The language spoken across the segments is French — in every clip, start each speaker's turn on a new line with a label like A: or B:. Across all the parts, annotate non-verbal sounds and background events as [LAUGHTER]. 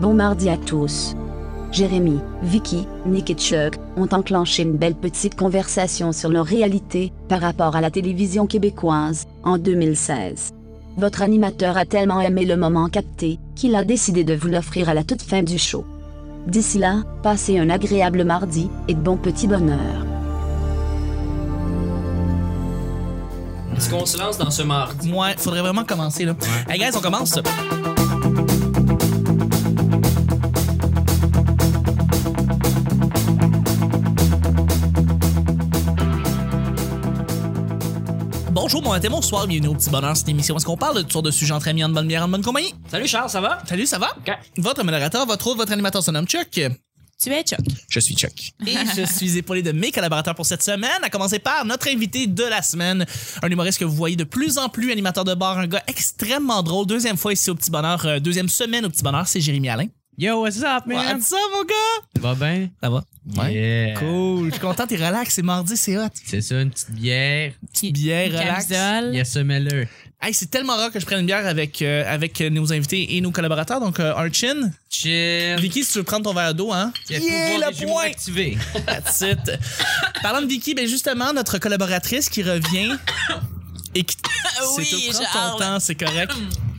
A: Bon mardi à tous. Jérémy, Vicky, Nick et Chuck ont enclenché une belle petite conversation sur leur réalité par rapport à la télévision québécoise en 2016. Votre animateur a tellement aimé le moment capté qu'il a décidé de vous l'offrir à la toute fin du show. D'ici là, passez un agréable mardi et de bons petits bonheurs.
B: Est-ce qu'on se lance dans ce mardi?
C: Ouais, faudrait vraiment commencer là. Hey guys, on commence. Bonjour, bon matin, bonsoir, bienvenue au petit bonheur, cette émission. Est-ce qu'on parle de toutes sortes de sujets entre amis, en bonne bière, en bonne compagnie?
B: Salut Charles, ça va?
C: Salut, ça va?
B: Ok.
C: Votre modérateur, votre hôte, votre animateur se nomme Chuck.
D: Tu es Chuck.
C: Je suis
D: [LAUGHS]
C: Chuck. Et je suis épaulé de mes collaborateurs pour cette semaine, à commencer par notre invité de la semaine, un humoriste que vous voyez de plus en plus, animateur de bar, un gars extrêmement drôle. Deuxième fois ici au Petit Bonheur, euh, deuxième semaine au Petit Bonheur, c'est Jérémy Alain.
E: Yo, what's up, man?
C: What's up, mon gars?
E: Va bien?
C: Ça va?
E: Yeah.
C: Cool. Je suis content, t'es relax, c'est mardi, c'est hot.
E: C'est ça, une petite bière.
C: Petite bière, relax.
D: Camisole.
E: Il y a semelle-le.
C: Hey, c'est tellement rare que je prenne une bière avec, euh, avec nos invités et nos collaborateurs, donc euh, un chin.
E: Chill.
C: Vicky, si tu veux prendre ton verre d'eau, hein?
E: Yeah,
C: le
E: le point!
C: point.
E: Activé.
C: That's it. Parlant de Vicky, ben justement, notre collaboratrice qui revient et qui.
D: Oui,
C: c'est tout, prends ton
D: Charles.
C: temps, c'est correct.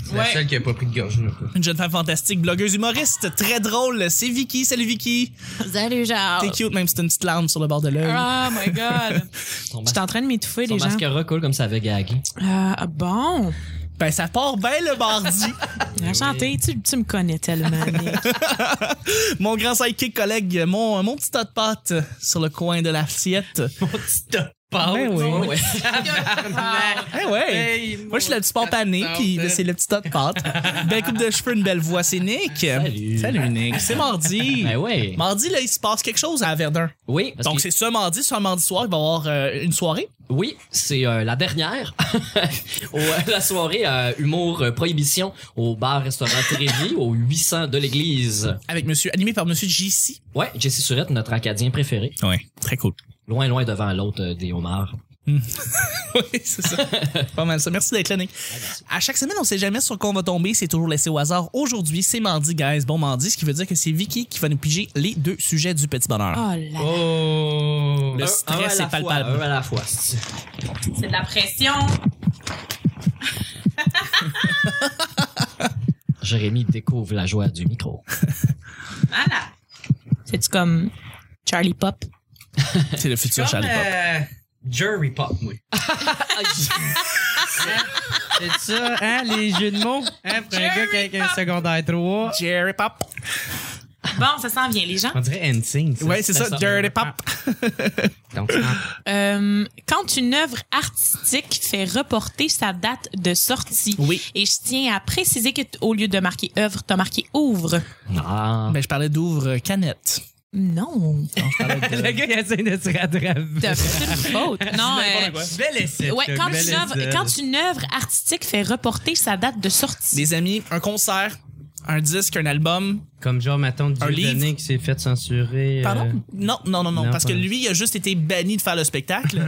E: C'est la seule qui a pas pris de gorge. là, quoi.
C: Une jeune femme fantastique, blogueuse humoriste, très drôle. C'est Vicky. Salut Vicky.
D: Salut, Charles.
C: T'es cute, même si t'as une petite larme sur le bord de l'œil.
D: Oh
C: [LAUGHS]
D: my god.
B: Son,
D: Je suis en train de m'étouffer, les gens.
B: mascara coule comme ça avait Gaggy.
D: Ah, bon.
C: Ben, ça part bien le
D: [LAUGHS]
C: mardi. Ben
D: Enchanté. Tu, tu me
C: [LAUGHS]
D: connais tellement, Nick.
C: mon grand sidekick collègue, mon, mon petit tas de pâtes sur le coin de l'assiette.
E: Mon petit top
C: Ben oui.
E: Tabarnak.
C: Eh ouais.
E: Hey,
C: Moi, je suis le petit pompe pané,
E: mon
C: puis
E: Dieu.
C: c'est le petit tas de pâtes. Belle coupe de cheveux, une belle voix. C'est Nick.
B: Salut.
C: Salut, Nick. C'est mardi.
B: Ben oui.
C: Mardi, là, il se passe quelque chose à Verdun.
B: Oui, parce
C: Donc,
B: que-
C: c'est ce mardi, ce mardi soir, il va y avoir euh, une soirée.
B: oui, c'est euh, la dernière. [LAUGHS] Au- euh, la soirée euh, Humour euh, Prohibition au bar-restaurant Trévi, au 800 de l'église.
C: avec monsieur, animé par monsieur JC.
B: Ouais, Jesse Surette, notre Acadien préféré.
C: Oui, très cool.
B: Loin, loin devant l'autre euh, des homards.
C: [LAUGHS] oui, c'est [LAUGHS] ça. Pas mal ça. Merci d'être là, Nick. À chaque semaine, on sait jamais sur quoi on va tomber. C'est toujours laissé au hasard. Aujourd'hui, c'est mardi, guys. Bon mardi, ce qui veut dire que c'est Vicky qui va nous piger les deux sujets du petit bonheur.
D: Oh là.
E: Oh.
C: Le
B: Un- un à
C: stress
B: la
C: est
B: fois,
C: palpable.
B: Un à la fois.
D: C'est de la pression.
B: Jérémy découvre la joie du micro.
D: Voilà. C'est-tu comme Charlie Pop?
C: C'est le futur
E: Comme,
C: Charlie Pop.
E: euh, Jerry Pop, moi. C'est ça, hein, les jeux de mots? Hein, pour un gars qui a- qui a un secondaire 3.
C: Jerry Pop.
D: Bon, ça s'en vient, les gens.
E: On dirait NSYNC.
C: Ouais, c'est ça, Jerry Pop.
E: Donc,
B: ah,
D: Euh, quand une œuvre artistique fait reporter sa date de sortie.
C: Oui.
D: Et je tiens à préciser que t- au lieu de marquer œuvre, t'as marqué ouvre.
B: Ah.
C: Ben, je parlais d'ouvre canette.
D: Non.
E: le gars, il essaie de se rattraper.
D: T'as fait une faute.
E: [LAUGHS]
D: Non. euh,
E: Je vais laisser.
D: ouais, quand une, œuvre,
E: tu
D: quand une œuvre artistique fait reporter sa date de sortie.
C: Les amis, un concert, un disque, un album,
E: Comme genre, mettons,
C: Un
E: Dieudonné qui s'est fait censurer. euh,
C: Pardon? Non, non, non, non,
E: non,
C: parce que
E: pardon.
C: lui, il a juste été banni de faire le
E: [LAUGHS]
C: spectacle.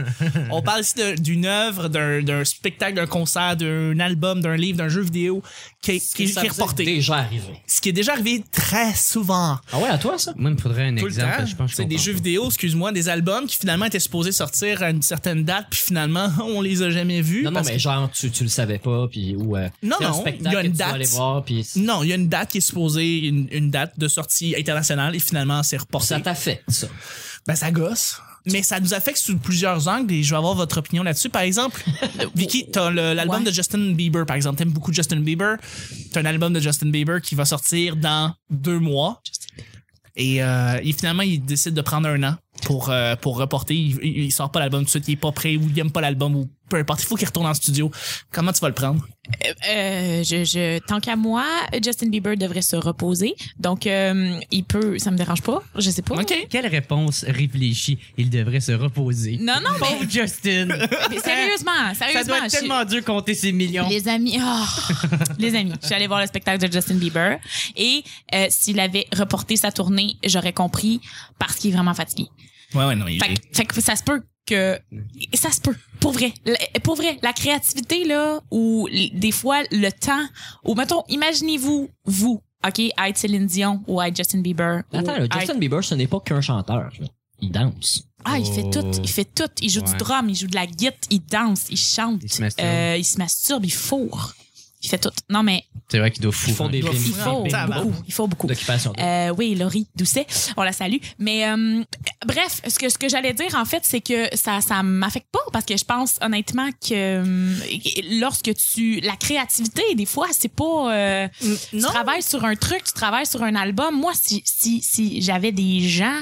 C: On parle ici de- d'une œuvre, d'un d'un spectacle, d'un concert, d'un album, d'un livre, d'un jeu vidéo qui, est- qui- qui
B: Ça vous
C: est
B: est
C: reporté.
B: déjà arrivé.
C: Ce qui est déjà arrivé très souvent.
B: Ah ouais, à toi, ça?
E: Moi, il me faudrait un
C: Tout le
E: exemple.
C: temps.
E: Je pense que je
C: C'est des
E: comprends.
C: jeux vidéo, excuse-moi, des albums qui finalement étaient supposés sortir à une certaine date, puis finalement, [LAUGHS] on les a jamais vus.
B: Non, non,
C: parce
B: mais genre, tu, tu le savais pas, puis ou. euh,
C: Non,
B: c'est un
C: non,
B: spectacle
C: il y a
B: que
C: une
B: tu vas
C: date.
B: aller voir, puis
C: que- Non, il y a une date qui est supposée, une, une date de sortie internationale, et finalement, c'est reporté.
B: ça t'affecte, ça.
C: Ben, ça gosse. Mais ça nous affecte sous plusieurs angles et je vais avoir votre opinion là-dessus. Par
D: [LAUGHS]
C: exemple, Vicky, t'as le- l'album
D: Ouais.
C: de Justin Bieber, par exemple. T'aimes beaucoup Justin Bieber. T'as un album de Justin Bieber qui va sortir dans deux mois. Et, euh, et finalement, il décide de prendre un an pour, euh, pour reporter. Il, il- il sort pas l'album tout de suite, il est pas prêt ou il aime pas l'album ou peu importe. Il faut qu'il retourne en studio. Comment tu vas le prendre?
D: Euh, je, je, tant qu'à moi, Justin Bieber devrait se reposer. Donc, euh, il peut. Ça me dérange pas. Je sais pas.
C: OK.
E: Quelle réponse réfléchie Il devrait se reposer.
D: Non, non, mais,
E: Pauvre Justin.
D: mais sérieusement,
E: ça
D: sérieusement.
E: doit être
D: je-
E: tellement dur compter ses millions.
D: Les amis, oh, les amis, je suis allée voir le spectacle de Justin Bieber et euh, s'il avait reporté sa tournée, j'aurais compris parce qu'il est vraiment fatigué.
C: Ouais, ouais, non, il
D: Fait, que- fait que ça se peut que ça se peut pour vrai La- pour vrai la créativité là ou l- des fois le temps ou mettons imaginez-vous vous OK, I Céline Dion ou I Justin Bieber. ou
B: Attends, là,
D: I-
B: Justin Bieber, ce n'est pas qu'un chanteur. là. Il danse.
D: Ah, il fait tout, il fait tout. Il joue du
E: Ouais.
D: drum, il joue de la guitare, il danse, il chante,
E: Il se masturbe.
D: euh, il se masturbe, il fourre. Il fait tout. Non, mais
E: C'est vrai qu'il doit
B: Ils font
E: fou. hein.
B: des
C: Il
B: films.
D: il faut
C: ben,
D: beaucoup. Il faut beaucoup.
B: D'occupation. double.
D: Euh, oui, Laurie Doucet, on la salue. Mais euh, bref, ce que, ce que j'allais dire, en fait, c'est que ça ça m'affecte pas parce que je pense honnêtement que euh, lorsque tu... La créativité, des fois, c'est pas... euh, tu travailles sur un truc, tu travailles sur un album. Moi, si, si, si j'avais des gens...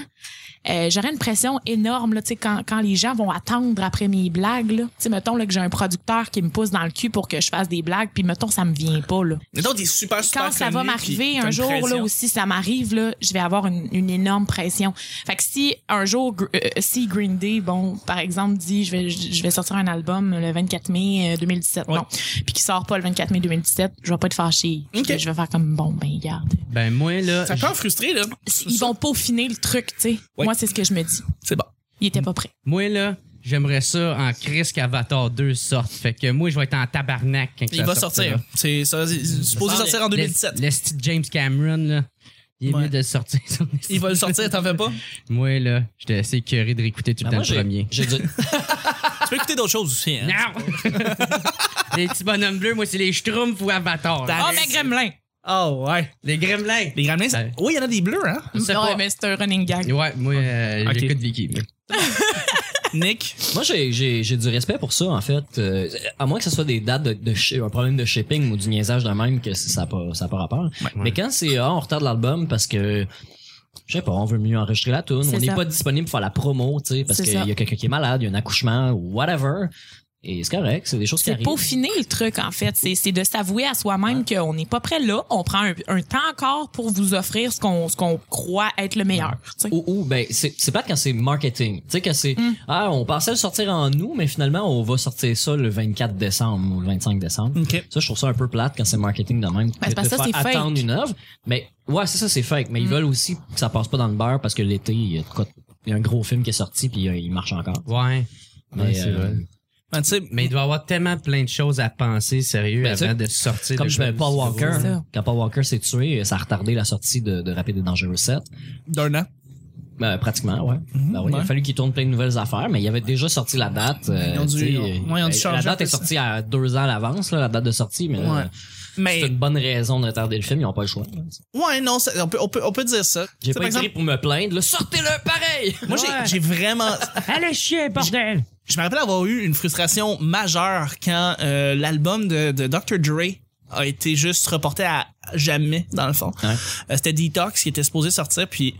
D: euh, j'aurais une pression énorme là, tu sais, quand, quand les gens vont attendre après mes blagues. Là. Tu sais, Mettons là, que j'ai un producteur qui me pousse dans le cul pour que je fasse des blagues, puis mettons, ça me vient pas. Là
C: Mais donc, t'es super, super
D: quand ça va
C: connu,
D: m'arriver
C: puis
D: un
C: comme
D: jour là
C: pression.
D: aussi ça m'arrive là je vais avoir une, une énorme pression fait que si un jour gr- euh, si Green Day bon par exemple dit je vais je vais sortir un album le 24 mai euh, 2017
C: Ouais.
D: bon puis qui sort pas le 24 mai 2017 je vais pas être fâchée Puis
C: Ok.
D: je vais faire comme bon ben regarde
E: Ben, moi, là.
C: Ça
E: je-
C: peut en frustrer, là.
D: ils vont peaufiner le truc tu sais
C: Ouais.
D: moi c'est ce que je me dis
C: C'est bon.
D: il était pas prêt
E: Moi, là, j'aimerais ça en crise qu'Avatar 2 sorte. Fait que moi, je vais être en tabarnak quand
C: Il va sortir. C'est ça. c'est- c'est supposé
B: sort
C: sortir en 2017.
E: Le style James Cameron, là. Il est
C: Ouais.
E: mieux de le sortir. sur les-
C: Il va le sortir, t'en fais pas?
E: Moi, là, j'étais assez écœuré de réécouter tout
B: Ben,
E: le temps
B: moi,
E: le
B: j'ai-
E: premier.
B: j'ai dit-
C: tu peux écouter d'autres choses aussi, hein?
E: Non! [LAUGHS] les petits bonhommes bleus, moi, c'est les Schtroumpfs ou Avatar.
C: T'as-
D: oh mais Gremlin
C: Oh, ouais.
E: Les Gremlins.
C: Les gremlins, ça... Oui, il y en a des bleus, hein?
E: Je sais
D: Ouais,
E: pas.
D: mais c'est un running gag
E: Ouais, moi, euh,
C: Ok.
E: j'écoute Vicky. là.
C: Nick.
B: Moi, j'ai- j'ai j'ai du respect pour ça, en fait. Euh, à moins que ce soit des dates de, de shi- un problème de shipping ou du niaisage de même, que ça n'a pas, ça a pas rapport. Mais quand c'est ah, on retarde l'album parce que. Je sais pas, on veut mieux enregistrer la tune.
D: C'est
B: On n'est
D: ça.
B: pas disponible pour faire la promo, tu sais, parce
D: C'est
B: qu'il
D: ça.
B: y a quelqu'un qui est malade, il y a un accouchement ou whatever. Et c'est correct, c'est des choses qui
D: C'est
B: arrivent.
D: peaufiner le truc, en fait. C'est c'est de s'avouer à soi-même qu'on n'est pas prêt là. On prend un, un temps encore pour vous offrir ce qu'on ce qu'on croit être le meilleur. tu sais.
B: Ou, ou, ben c'est c'est pas quand c'est marketing, tu sais quand c'est ah on pensait le sortir en août mais finalement on va sortir ça le 24 décembre ou le 25 décembre.
C: OK.
B: Ça je trouve ça un peu plate quand c'est marketing de même.
D: c'est
B: de
D: parce que
B: faire
D: ça, c'est
B: attendre
D: fake.
B: une œuvre, mais ouais c'est ça c'est fake, mais ils veulent aussi que ça passe pas dans le beurre parce que l'été il y a de quoi- il y a un gros film qui est sorti puis euh, il marche encore.
E: Ouais.
B: Mais,
E: Ouais, c'est
B: euh,
E: vrai.
C: Ben, tu sais,
E: Mais il doit avoir tellement plein de choses à penser, sérieux,
B: Ben, tu sais,
E: avant de sortir.
B: Comme
E: de-
B: je mets Paul [LAUGHS] Walker,
D: C'est ça.
B: quand Paul Walker s'est tué, ça a retardé la sortie de, de Rapid et Dangereux 7.
C: d'un an.
B: Ben, pratiquement, ouais. Ben oui, Il
C: Mhm, ouais. Ben,
B: a fallu qu'il tourne plein de nouvelles affaires, mais il avait déjà sorti la date. euh,
C: Ils ont dû-
B: tu sais, euh,
C: ils ont- ouais, ils ont dû changer
B: la date
C: après
B: est
C: ça.
B: sortie à deux ans à l'avance, là, la date de sortie, mais là,
C: Ouais.
B: c'est
C: Mais,
B: une bonne raison de retarder le film, ils n'ont pas le choix.
C: ouais, non, ça- on, peut, on, peut, on peut dire ça. Tu
B: J'ai
C: sais,
B: pas
C: par
B: écrit
C: exemple,
B: pour me plaindre, là, sortez-le pareil!
C: Moi, j'ai- j'ai vraiment.
E: Allez chier, bordel!
C: Je me rappelle avoir eu une frustration majeure quand euh, l'album de, de Dr. Dre a été juste reporté à jamais, dans le fond.
B: Ouais.
C: Euh, C'était Detox qui était supposé sortir, puis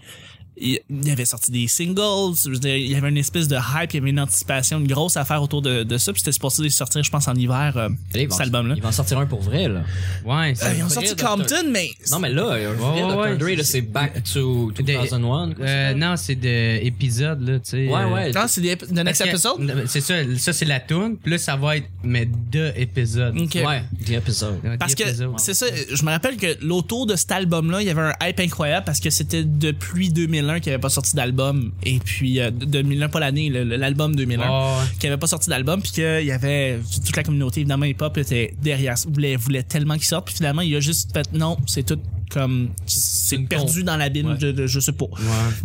C: il il avait sorti des singles, je veux dire, il y avait une espèce de hype, il y avait une anticipation, une grosse affaire autour de, de ça, puis c'était supposé de sortir, je pense, en hiver, euh,
B: Allez, ils vont-
C: cet album-là.
B: Ils vont en sortir un pour vrai, là.
E: Ouais,
C: Euh,
E: ça.
C: ils ont
B: vrai,
C: sorti
B: Dr.
C: Compton, mais...
B: Non, mais là, un vrai
E: Ouais, ouais,
B: Dr.
E: ouais.
B: Dre, là, c'est Back to 2001. quoi.
E: Euh, non, c'est de épisode, là, tu sais.
B: Ouais,
E: euh,
B: ouais.
C: Non, Ah, c'est des- the
E: parce
C: next
E: que-
C: episode?
E: Non, mais C'est ça, ça c'est la toune, puis là, ça va être, mais de épisode.
C: Ok.
B: Ouais, The Episode.
E: Ouais,
C: Parce
E: the episode.
C: que c'est ça, je me rappelle que l'autour de cet album-là, il y avait un hype incroyable parce que c'était depuis 2001 qu'il n'y avait pas sorti d'album. Et puis, euh, de- 2001, pas l'année, le- le- l'album 2001.
B: Ah.
E: Ouais, ouais.
C: Qu'il n'y avait pas sorti d'album, puis qu'il y avait toute la communauté, évidemment, hip-hop était derrière, voulait, voulait tellement qu'il sorte, puis finalement, il a juste fait non, c'est tout comme. C'est
B: une
C: perdu dans l'abîme
B: Ouais.
C: de, de- je sais pas.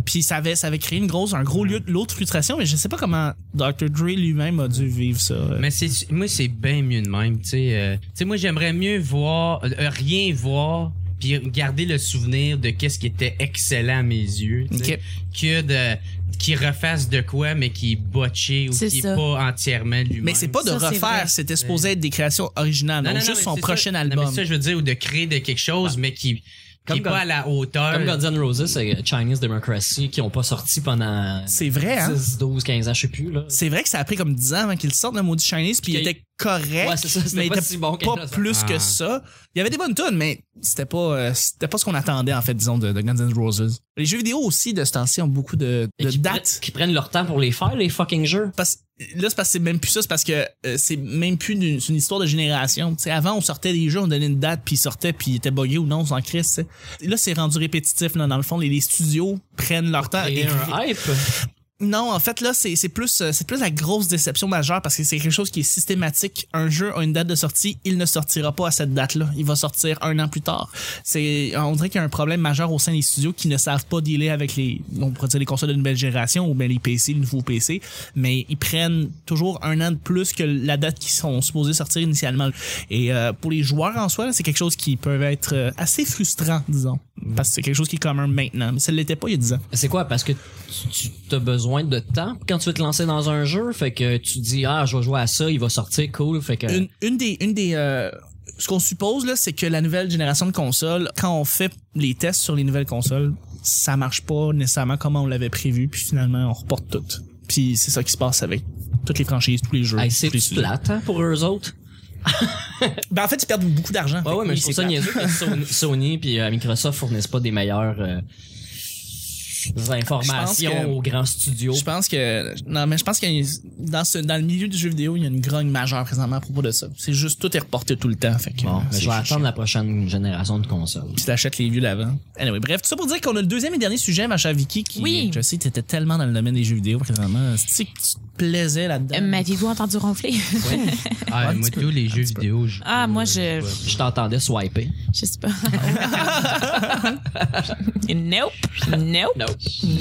C: Puis ça avait, ça avait créé une grosse, un gros lieu, l'autre frustration, mais je sais pas comment Dr. Dre lui-même a dû vivre ça. euh,
E: Mais c'est, moi, c'est bien mieux de même, tu sais. euh, tu sais, moi, j'aimerais mieux voir, euh, rien voir, puis garder le souvenir de qu'est-ce qui était excellent à mes yeux, tu sais,
C: Ok.
E: que de qui refasse de quoi mais qui est botché ou
D: C'est
E: qui
D: ça.
E: est pas entièrement lui-même.
C: Mais c'est pas de
D: Ça, c'est vrai.
C: refaire, c'était supposé être des créations originales,
E: Non,
C: donc
E: non, non,
C: juste
E: mais
C: son
E: c'est
C: prochain
E: ça.
C: album.
E: Non, mais ça, je veux dire, ou de créer de quelque chose, mais qui,
B: Ah.
E: qui
B: Comme
E: est
B: Gun-
E: pas à la hauteur.
B: Comme Guns N' Roses et Chinese Democracy qui ont pas sorti pendant
C: C'est vrai, hein?
B: 10, 12, 15 ans, je sais plus, là.
C: C'est vrai que ça a pris comme 10 ans avant qu'il sorte le maudit Chinese, puis il
B: Puis
C: était correct,
B: Ouais, c'est ça, c'était
C: mais il
B: pas
C: était
B: si bon qu'il
C: pas
B: était.
C: plus
E: Ah.
C: que ça. Il y avait des bonnes tunes, mais c'était pas, euh, c'était pas ce qu'on attendait, en fait, disons, de, de Guns N' Roses. Les jeux vidéo aussi, de ce temps-ci, ont beaucoup de,
B: Et
C: de
B: qui
C: dates.
B: pre- qui prennent leur temps pour les faire, les fucking jeux.
C: Parce, là, c'est parce que c'est même plus ça, c'est parce que euh, c'est même plus d'une- c'est une histoire de génération. Tu sais, avant, on sortait des jeux, on donnait une date, puis ils sortaient, puis ils étaient buggés ou non, on s'en crisse. Ah, tu sais. Là, c'est rendu répétitif. Là, dans le fond, les, les studios prennent leur temps.
B: Et
C: et-
B: un hype.
C: Non, en fait, là, c'est c'est plus, euh, c'est plus la grosse déception majeure parce que c'est quelque chose qui est systématique. Un jeu a une date de sortie, il ne sortira pas à cette date-là. Il va sortir un an plus tard. C'est, on dirait qu'il y a un problème majeur au sein des studios qui ne savent pas dealer avec les, on pourrait dire les consoles de nouvelle génération ou bien les PC, les nouveaux PC, mais ils prennent toujours un an de plus que la date qu'ils sont supposés sortir initialement. Et euh, pour les joueurs en soi, là, c'est quelque chose qui peut être euh, assez frustrant, disons. Parce que c'est quelque chose qui est commun maintenant, mais ça ne l'était pas il y a 10 ans.
B: C'est quoi? Parce que tu, tu as besoin de temps quand tu veux te lancer dans un jeu. Fait que tu dis, ah, je vais jouer à ça, il va sortir, cool. Fait que.
C: une, une des, une des euh, ce qu'on suppose là, c'est que la nouvelle génération de consoles, quand on fait les tests sur les nouvelles consoles, ça marche pas nécessairement comme on l'avait prévu, puis finalement on reporte tout. Puis c'est ça qui se passe avec toutes les franchises, tous les jeux.
B: Hey,
C: tous les
B: c'est
C: studios.
B: plate hein, pour eux autres.
C: Ben en fait, ils perdent beaucoup d'argent.
B: Ouais, ouais, mais
C: Oui,
B: je trouve
C: c'est
B: ça
C: plate.
B: niaiseux que
C: [LAUGHS]
B: Sony, Sony puis euh, Microsoft fournissent pas des meilleures euh, informations
C: que-
B: aux grands studios.
C: Je pense que non, mais je pense que dans ce dans le milieu du jeu vidéo, il y a une grogne majeure présentement à propos de ça. C'est juste tout est reporté tout le temps, fait que
B: Bon,
C: euh,
B: ben,
C: c'est
B: je vais
C: chiant.
B: attendre la prochaine génération de consoles.
C: puis t'achètes les vieux l'avant. Anyway, bref, tout ça pour dire qu'on a le deuxième et dernier sujet, ma chère Vicky, qui,
D: Oui.
C: je sais, t'étais tellement dans le domaine des jeux vidéo présentement. C'est que tu te plaisais là-dedans.
D: Euh, M'aviez-vous entendu ronfler?
E: Ah, moi, tous les jeux vidéo. je-
D: [LAUGHS] Ah, moi, je-
B: Je t'entendais swiper.
D: Je sais pas. [LAUGHS] nope. Nope. Nope.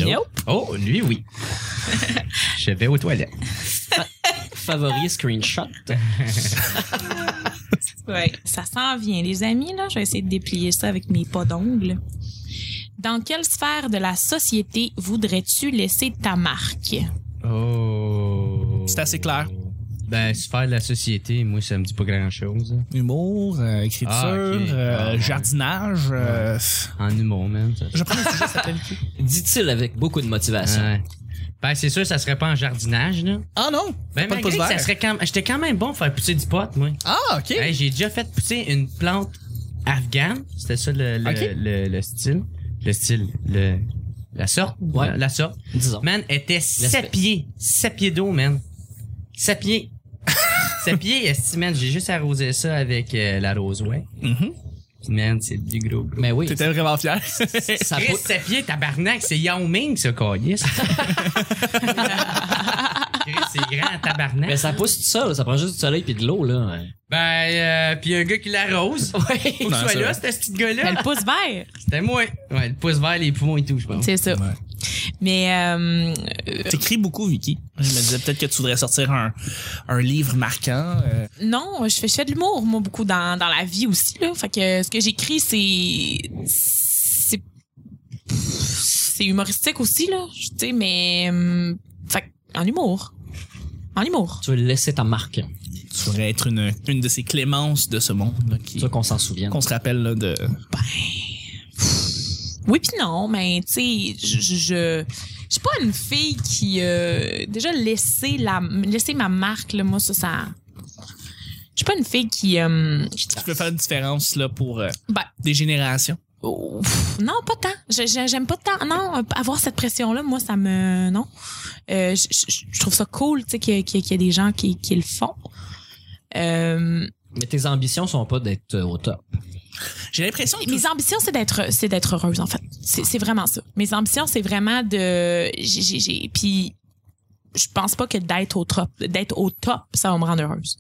D: Nope.
E: Oh,
C: [LAUGHS]
E: lui, oui. je vais aux toilettes.
B: Favori screenshot.
D: Ouais. Ça s'en vient, les amis. Là, je vais essayer de déplier ça avec mes pas d'ongles. Dans quelle sphère de la société voudrais-tu laisser ta marque?
E: Oh.
C: C'est assez clair.
E: Ben, sphère de la société, moi, ça me dit pas grand-chose. hein.
C: Humour, euh, écriture,
E: Ah, ok.
C: euh,
E: Ah, ouais.
C: jardinage. euh,
E: En humour, man. ça.
C: Je prends le sujet, ça s'appelle qui?
B: Dit-il avec beaucoup de motivation.
C: Euh,
E: Ouais. Ben, c'est sûr, ça serait pas en jardinage, là.
C: Ah non!
E: Ben,
C: pas de pouce
E: malgré que ça
C: vert.
E: serait quand J'étais quand même bon pour faire pousser du pot, moi.
C: Ah, ok!
E: Hey, j'ai déjà fait pousser une plante afghane. C'était ça le, le,
C: Ok.
E: le- le style. Le style. Le, la sorte.
B: Ouais.
E: La, la sorte.
B: Disons.
E: Man, elle était 7
B: L'espèce.
E: pieds. 7 pieds d'eau, man. 7 pieds. 7 pieds, esti, man. J'ai juste arrosé ça avec euh, la rose, ouais.
C: Mhm.
E: Man, c'est du gros, gros.
B: Mais oui,
C: T'étais vraiment fier.
B: ça
E: Chris,
B: pousse.
E: 7 pieds, tabarnak, c'est Yao Ming, ce cahier. Chris, c'est grand, tabarnak.
B: Mais ça pousse tout seul, ça prend juste du soleil puis de l'eau là.
E: Ben, euh, pis y a un gars qui l'arrose.
B: Ouais.
E: Faut que
C: Non,
E: tu sois
C: ça
E: là,
C: va.
E: c'était ce petit
D: Ben,
E: gars-là.
D: le [LAUGHS] pouce vert.
E: C'était moi. Ouais, le pouce vert, les poumons et tout, je pense.
D: C'est ça.
C: Ouais.
D: Mais euh,
C: [LAUGHS] T'écris beaucoup, Vicky. Je me disais peut-être que tu voudrais sortir un, un livre marquant. euh,
D: non, je fais, je fais de l'humour, moi, beaucoup dans, dans la vie aussi. Là. Fait que ce que j'écris, c'est. C'est. C'est humoristique aussi, là. Tu sais, mais. euh, Fait que, en humour. En humour.
B: Tu veux laisser ta marque.
C: tu pourrais être une, une de ces clémences de ce monde là,
B: Tu
C: qui
B: veux qu'on s'en souvienne.
C: qu'on se rappelle là, de.
D: Oui, puis non, mais tu sais, je. je- je je suis pas une fille qui euh, déjà laisser la laisser ma marque là, moi ça ça je suis pas une fille qui euh,
C: Tu peux faire une différence là pour euh,
D: ben,
C: des générations.
D: Oh, pff, non, pas tant. Je- je- J'aime pas tant. Non, euh, avoir cette pression-là, moi, ça me. Non. Euh, je- je je trouve ça cool, tu sais, qu'il y, a- qu'il y a- qu'il y a des gens qui, qui le font. Euh,
B: Mais tes ambitions sont pas d'être euh, au top.
C: J'ai l'impression que
D: mes ambitions, c'est d'être, c'est d'être heureuse, en fait. C'est c'est vraiment ça. Mes ambitions, c'est vraiment de. j'ai- j'ai- j'ai- Puis, je pense pas que d'être au top, d'être au top, ça va me rendre heureuse.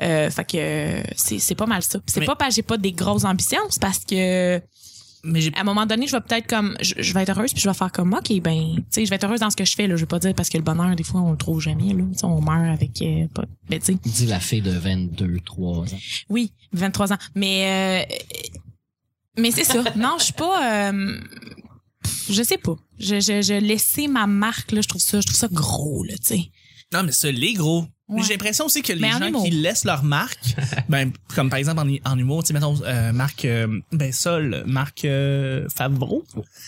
D: Euh, fait que c'est c'est pas mal ça. C'est
C: Mais-
D: pas parce que j'ai pas des grosses ambitions, c'est parce que.
C: mais j'ai
D: à un moment donné, je vais peut-être comme, je, je vais être heureuse puis je vais faire comme, ok, ben, tu sais, je vais être heureuse dans ce que je fais là. Je vais pas dire parce que le bonheur, des fois, on le trouve jamais là. Tu sais, on meurt avec, euh, pas, ben, tu sais,
B: Dit la fille de 22, 3 ans.
D: oui, 23 ans. Mais, euh, mais c'est [LAUGHS] ça. Non, je suis pas, euh, je sais pas. Je, je, je laissais ma marque là. Je trouve ça, je trouve ça gros là, tu sais.
C: Non, mais ça l'est gros. Mais
D: Ouais.
C: J'ai l'impression aussi que les
D: Mais en
C: gens
D: humour.
C: qui laissent
B: [LAUGHS]
C: leur marque, ben, comme par exemple en, en humour, tu sais, mettons, euh, Marc, euh, ben, Sol, Marc euh, Favreau.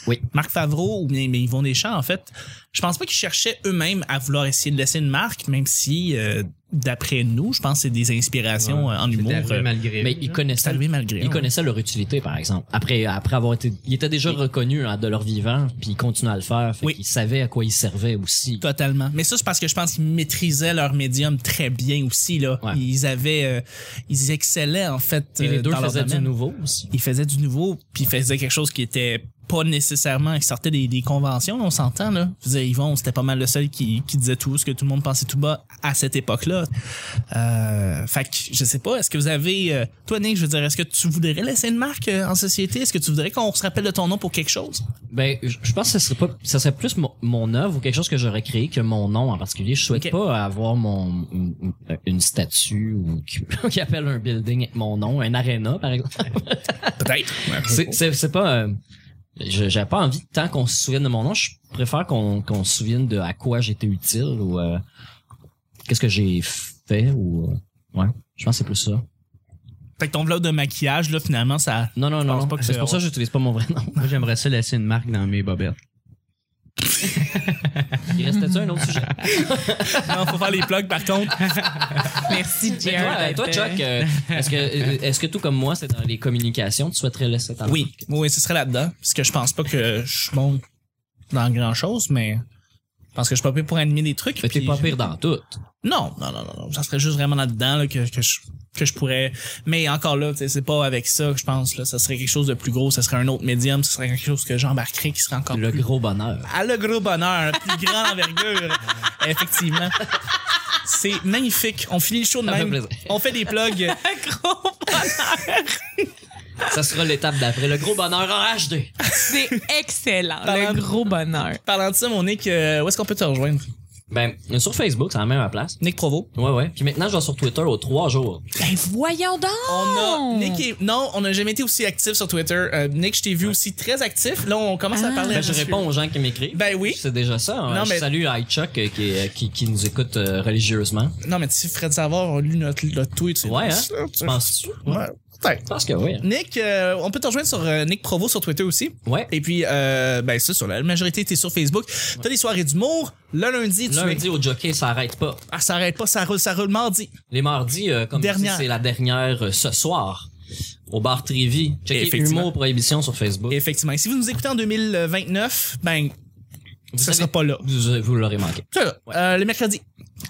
B: Oui.
C: Marc Favreau, ou bien mais Yvon Deschamps, en fait, je pense pas qu'ils cherchaient eux-mêmes à vouloir essayer de laisser une marque, même si, euh, d'après nous, je pense que c'est des inspirations euh, en
E: C'est
C: humour.
E: arrivé
C: euh,
E: malgré
B: Mais
E: lui,
B: ils
E: là.
C: C'est
B: connaissaient
C: arrivé malgré.
B: ils
C: ouais.
B: connaissaient leur utilité par exemple. Après après avoir été ils étaient déjà reconnus hein, de leur vivant puis ils continuaient à le faire, fait
C: Oui.
B: qu'ils savaient à quoi ils servaient aussi.
C: Totalement. Mais ça, c'est parce que je pense qu'ils maîtrisaient leur médium très bien aussi, là.
B: Ouais.
C: Ils avaient, euh, ils excellaient, en fait,
B: Et
C: euh,
B: les deux
C: dans leur
B: faisaient du
C: domaine.
B: nouveau aussi.
C: il faisait du nouveau puis il faisait quelque chose qui était pas nécessairement qui sortaient des, des conventions, on s'entend là. Je veux dire, Yvon, c'était pas mal le seul qui, qui disait tout ce que tout le monde pensait tout bas à cette époque-là. Euh, fait que je sais pas, est-ce que vous avez euh, toi Nick, je veux dire, est-ce que tu voudrais laisser une marque euh, en société Est-ce que tu voudrais qu'on se rappelle de ton nom pour quelque chose
B: Ben, je je pense que ce serait pas, ça serait plus mon, mon œuvre ou quelque chose que j'aurais créé que mon nom en particulier. Je souhaite
C: Ok.
B: pas avoir mon une, une statue ou [LAUGHS] qui, qui appelle un building avec mon nom, un aréna par exemple.
C: Peut-être.
B: C'est- C'est c'est pas. euh, je- J'avais pas envie tant qu'on se souvienne de mon nom. Je préfère qu'on qu'on se souvienne de à quoi j'étais utile ou euh, qu'est-ce que j'ai fait ou euh, ouais. Je pense que c'est plus ça.
C: Fait que ton vlog de maquillage là finalement ça
B: Non non non.
C: pense pas que
B: C'est
C: c'est-
B: pour ça que j'utilise pas mon vrai
C: [LAUGHS]
B: nom.
E: Moi, j'aimerais ça laisser une marque dans mes bobettes.
B: Il restait un autre
C: [LAUGHS]
B: sujet.
C: non, faut faire les plugs par contre.
D: Merci,
B: Mais
D: Jerry.
B: toi, euh, toi, Chuck, euh, est-ce que euh, est-ce que tout comme moi, c'est dans les communications, tu souhaiterais laisser ta
C: Oui, oui, ce serait là-dedans. Parce que je pense pas que je suis bon dans grand-chose, mais je pense que je suis pas pire pour animer des trucs.
B: Mais t'es
C: puis-
B: pas pire dans tout.
C: Non, non, non, non, non. Ça serait juste vraiment là-dedans là, que, que, je, que je pourrais... Mais encore là, tu sais, c'est pas avec ça que je pense. Là, ça serait quelque chose de plus gros, ça serait un autre médium, ça serait quelque chose que j'embarquerais qui serait encore
B: Le
C: plus...
B: gros bonheur.
C: À le gros bonheur, plus
B: [LAUGHS]
C: grande envergure. Effectivement. C'est magnifique. On finit le show de
B: Ça fait
C: même.
B: plaisir.
C: On fait des plugs.
B: Ça sera l'étape d'après. Le gros bonheur en HD.
D: C'est excellent.
C: Parlant-
D: Le gros bonheur.
C: Parlant de ça, mon Nick, euh, où est-ce qu'on peut te rejoindre?
B: Ben, sur Facebook, c'est la même place.
C: Nick Provo.
B: Ouais, ouais. Puis maintenant, je vais sur Twitter aux trois jours.
D: Ben voyons donc!
C: On a Nick et- non, on n'a jamais été aussi actif sur Twitter. Euh, Nick, je t'ai vu aussi très actif. Là, on commence à
D: Ah.
C: parler. à
B: Ben, je
C: monsieur.
B: réponds aux gens qui m'écrivent.
C: Ben oui.
B: C'est déjà ça. hein.
C: Non,
B: Je
C: mais-
B: salue iChuck euh, qui, euh, qui, qui nous écoute euh, religieusement.
C: Non, mais si Fred Savard a lu notre, notre tweet, c'est
B: Ouais,
C: c'est-
B: hein?
C: c'est-
B: Penses-tu?
C: Ouais, peut-être.
B: Je pense que oui. hein.
C: Nick, euh, on peut te rejoindre sur euh, Nick Provo sur Twitter aussi.
B: Ouais.
C: Et puis, euh, ben ça, sur la majorité, t'es sur Facebook. T'as des soirées d'humour. Le lundi, tu es...
B: Lundi au jockey, ça arrête pas.
C: Ah, ça arrête pas, ça roule, ça roule mardi.
B: Les mardis, euh, comme tu dis,
C: Dernière.
B: c'est la dernière euh, ce soir au bar Trivi. Checkez
C: Effectivement.
B: Humour Prohibition sur Facebook.
C: Et Effectivement. Et si vous nous écoutez en 2029, ben, ça
B: savez-
C: sera pas là.
B: Vous, vous l'aurez manqué.
C: C'est là. Euh, le mercredi.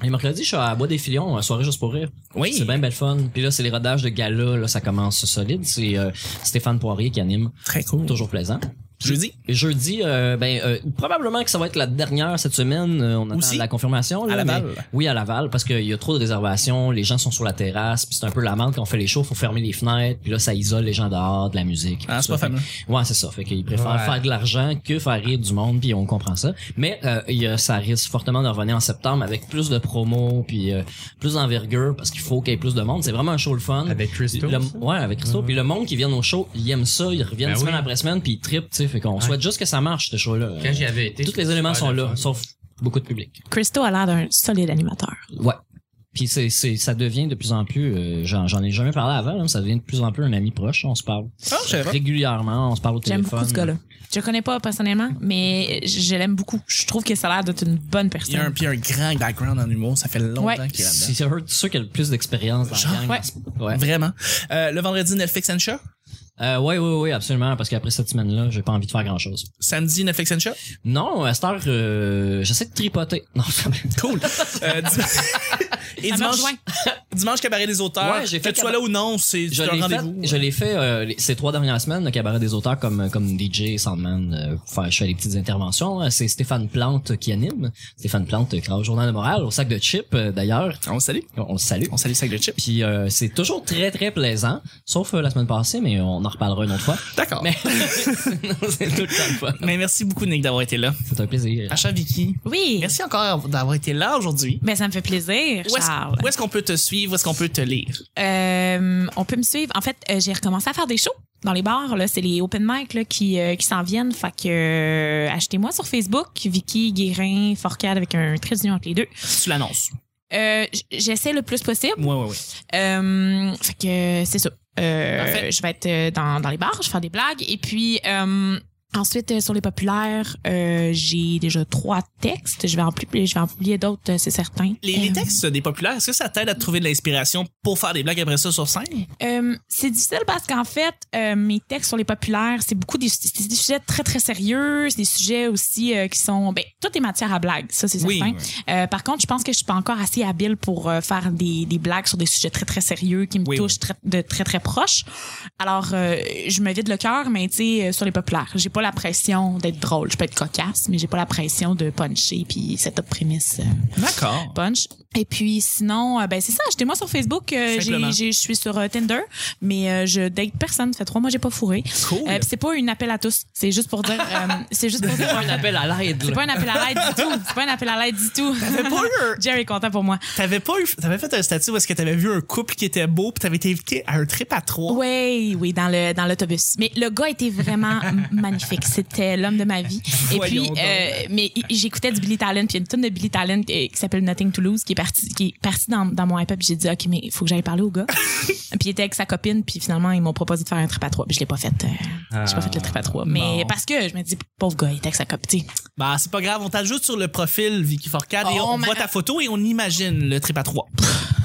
B: Et mercredi, je suis à Bois des Filions, euh, soirée juste pour rire.
C: Oui.
B: C'est bien belle fun. Puis là, c'est les rodages de gala, là, ça commence solide. C'est euh, Stéphane Poirier qui anime.
C: Très cool.
B: Toujours plaisant.
C: Jeudi.
B: Et jeudi, euh, ben euh, probablement que ça va être la dernière cette semaine. Euh, on attend
C: Aussi?
B: la confirmation. là,
C: À Laval?
B: mais- oui, à Laval, parce qu'il y a trop de réservations. Les gens sont sur la terrasse, puis c'est un peu la merde quand on fait les shows. Faut fermer les fenêtres, puis là ça isole les gens dehors, de la musique.
C: Ah,
B: tout
C: c'est
B: ça.
C: pas fameux.
B: Ouais, c'est ça. Fait qu'ils préfèrent
E: Ouais.
B: faire de l'argent que faire rire du monde, puis on comprend ça. Mais euh, il y a- ça risque fortement de revenir en septembre avec plus de promos, puis euh, plus d'envergure, parce qu'il faut qu'il y ait plus de monde. C'est vraiment un show le fun.
E: Avec Christo,
B: Le-
E: ça?
B: ouais, avec Christo. Puis le monde qui vient au show, ils aiment ça, ils reviennent
E: Ben
B: semaine
E: oui.
B: après semaine, puis ils trippent, tu sais. Fait qu'on souhaite juste que ça marche, ce show-là.
E: Quand j'y avais été.
B: Tous les éléments sont là, sauf beaucoup de public.
D: Christo a l'air d'un solide animateur.
B: Ouais. Puis c'est, c'est, ça devient de plus en plus, euh, j'en, j'en ai jamais parlé avant, hein, ça devient de plus en plus un ami proche, on se parle
C: Ah, je savais pas.
B: régulièrement, on se parle au
D: J'aime
B: téléphone.
D: beaucoup ce gars-là. Je le connais pas personnellement, mais je l'aime beaucoup. Je trouve que ça a l'air d'être une bonne
C: Il y a un,
D: personne.
C: puis un grand background en humour. Ça fait longtemps
D: Ouais.
C: qu'il est là-dedans.
B: C'est sûr- sûr qu'il y a le plus d'expérience dans
C: Genre,
B: la gang. Ouais.
C: Vraiment. Euh, le vendredi, Netflix and Show.
B: Euh, ouais, ouais, ouais, absolument, parce qu'après cette semaine-là, j'ai pas envie de faire grand-chose.
C: Samedi, Netflix and Show.
B: Non, à cette heure, euh, j'essaie de tripoter. Non, ça va.
C: [LAUGHS] Cool. Euh, dim- Et
D: Ça me
C: dimanche,
D: rejoint.
C: [LAUGHS] dimanche, cabaret des auteurs.
B: Ouais, j'ai fait
C: que tu sois
B: caba-
C: là ou non, c'est
B: je
C: c'est un
B: l'ai fait,
C: rendez-vous.
B: je l'ai fait euh, les- ces trois dernières semaines, le cabaret des auteurs comme comme DJ Sandman, euh, enfin, je fais des petites interventions. hein. C'est Stéphane Plante qui anime. Stéphane Plante, grave journal de morale au sac de chips euh, d'ailleurs.
C: On le salue.
B: On, on le salue.
C: On salue Sac de Chip.
B: Puis euh, c'est toujours très très plaisant, sauf euh, la semaine passée, mais on en reparlera une autre fois.
C: D'accord.
B: Mais
C: Mais...
B: sinon, [LAUGHS] c'est tout le temps le fun.
C: merci beaucoup, Nick, d'avoir été là.
B: C'est un plaisir.
C: Achat Vicky.
D: Oui.
C: Merci encore d'avoir été là aujourd'hui.
D: Ben, ça me fait plaisir,
C: Où est-ce
D: Charles.
C: où est-ce qu'on peut te suivre? Où est-ce qu'on peut te lire?
D: Euh, on peut me suivre. En fait, euh, j'ai recommencé à faire des shows dans les bars. Là, c'est les open mic là, qui, euh, qui s'en viennent. Fait que euh, achetez-moi sur Facebook, Vicky Guérin Forcade avec un trait d'union entre les deux.
C: Tu l'annonces.
D: Euh, j- j'essaie le plus possible.
C: Ouais, ouais, ouais.
D: Euh, fait que c'est ça. Euh,
C: Parfait.
D: je vais être euh, dans, dans les bars, je vais faire des blagues. Et puis euh, ensuite, euh, sur les populaires, euh, j'ai déjà trois textes. Je vais en publier, je vais en publier d'autres, euh, c'est certain.
C: Les,
D: Euh,
C: les textes des populaires, est-ce que ça t'aide à trouver de l'inspiration pour faire des blagues après ça sur scène?
D: Euh, c'est difficile parce qu'en fait, euh, mes textes sur les populaires, c'est beaucoup des, c'est des sujets très, très sérieux. C'est des sujets aussi euh, qui sont... Ben, toutes les matières à blagues, ça, c'est
C: Oui,
D: certain.
C: ouais.
D: Euh, par contre, je pense que je suis pas encore assez habile pour euh, faire des, des blagues sur des sujets très, très sérieux qui me
C: Oui,
D: touchent très, de très, très proche. Alors, euh, je me vide le cœur, mais tu sais, euh, sur les populaires, j'ai pas pas la pression d'être drôle. Je peux être cocasse, mais j'ai pas la pression de puncher puis cette up prémisse euh,
C: D'accord.
D: punch. Et puis sinon, euh, ben c'est ça. J'étais moi sur Facebook. euh, j'ai-
C: Simplement.
D: j'ai- Je suis sur euh, Tinder, mais euh, je date personne. Ça fait trois mois que j'ai pas fourré.
C: Cool.
D: Euh, puis c'est pas une appel à tous. C'est juste pour dire.
C: [LAUGHS]
D: euh, c'est juste pour dire. euh,
B: un appel à l'aide.
E: [LAUGHS]
D: C'est
B: là.
D: pas un appel à l'aide du tout. C'est pas un appel à l'aide du tout. [LAUGHS] Jerry est content pour moi.
C: T'avais pas eu, t'avais fait un statut où est-ce que t'avais vu un couple qui était beau puis t'avais été invité à un trip à trois.
D: Oui, oui, dans le dans l'autobus. Mais le gars était vraiment m- [LAUGHS] magnifique. C'était l'homme de ma vie. Et
C: Voyons
D: puis,
C: donc.
D: euh, mais i- j'écoutais du Billy Talent, puis il y a une tonne de Billy Talent euh, qui s'appelle Nothing Toulouse, qui est partie qui est partie dans, dans mon iPad. puis J'ai dit ok, mais il faut que j'aille parler au
E: [LAUGHS]
D: gars. puis il était avec sa copine, puis finalement ils m'ont proposé de faire un trip à trois. Puis je l'ai pas fait. euh, J'ai
E: Ah.
D: pas fait le trip à trois. Mais
C: Bon.
D: parce que je me dis pauvre gars, il était avec sa copine.
C: Bah c'est pas grave, on t'ajoute sur le profil Vicky Forcade et
D: Oh,
C: on
D: ma-
C: voit ta photo et on imagine le trip à trois.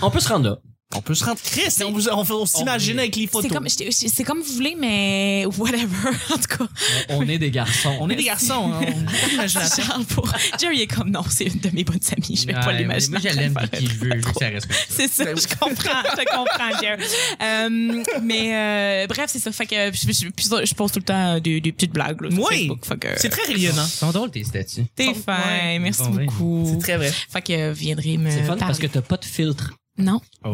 B: On peut se rendre là.
C: On peut se rendre Chris, on, vous- on, on s'imagine avec les
D: C'est
C: photos.
D: comme j'étais- c'est comme vous voulez, mais whatever [LAUGHS] en tout cas.
B: On est des garçons.
D: Euh,
C: On est des garçons, hein, on a
D: [LAUGHS]
C: l'imagination.
D: Charles pour- Jerry est comme non, c'est une de mes bonnes amies, je vais pas
E: Ouais,
D: l'imaginer.
E: Moi,
D: en
E: je
D: train de
E: l'aime
D: faire
E: puis
D: un
E: qui veut, je veux que ça reste.
D: [LAUGHS]
E: [LAUGHS]
D: C'est ça,
C: Ben
D: je comprends, je comprends, Jer. Euh, mais euh, bref, c'est ça. Fait que je, je- je- je pose tout le temps euh, des, des petites blagues là, sur
C: Oui.
D: Facebook. Fait que
C: C'est très hein. rayonnant.
E: Ils sont drôles, tes statues.
D: t'es fin,
E: Ouais.
D: merci
E: Bon, ouais.
D: beaucoup.
C: C'est très vrai.
D: Fait que euh, viendrez me
B: C'est fun
D: parler.
B: parce que t'as pas de filtre.
D: non.
E: Oh.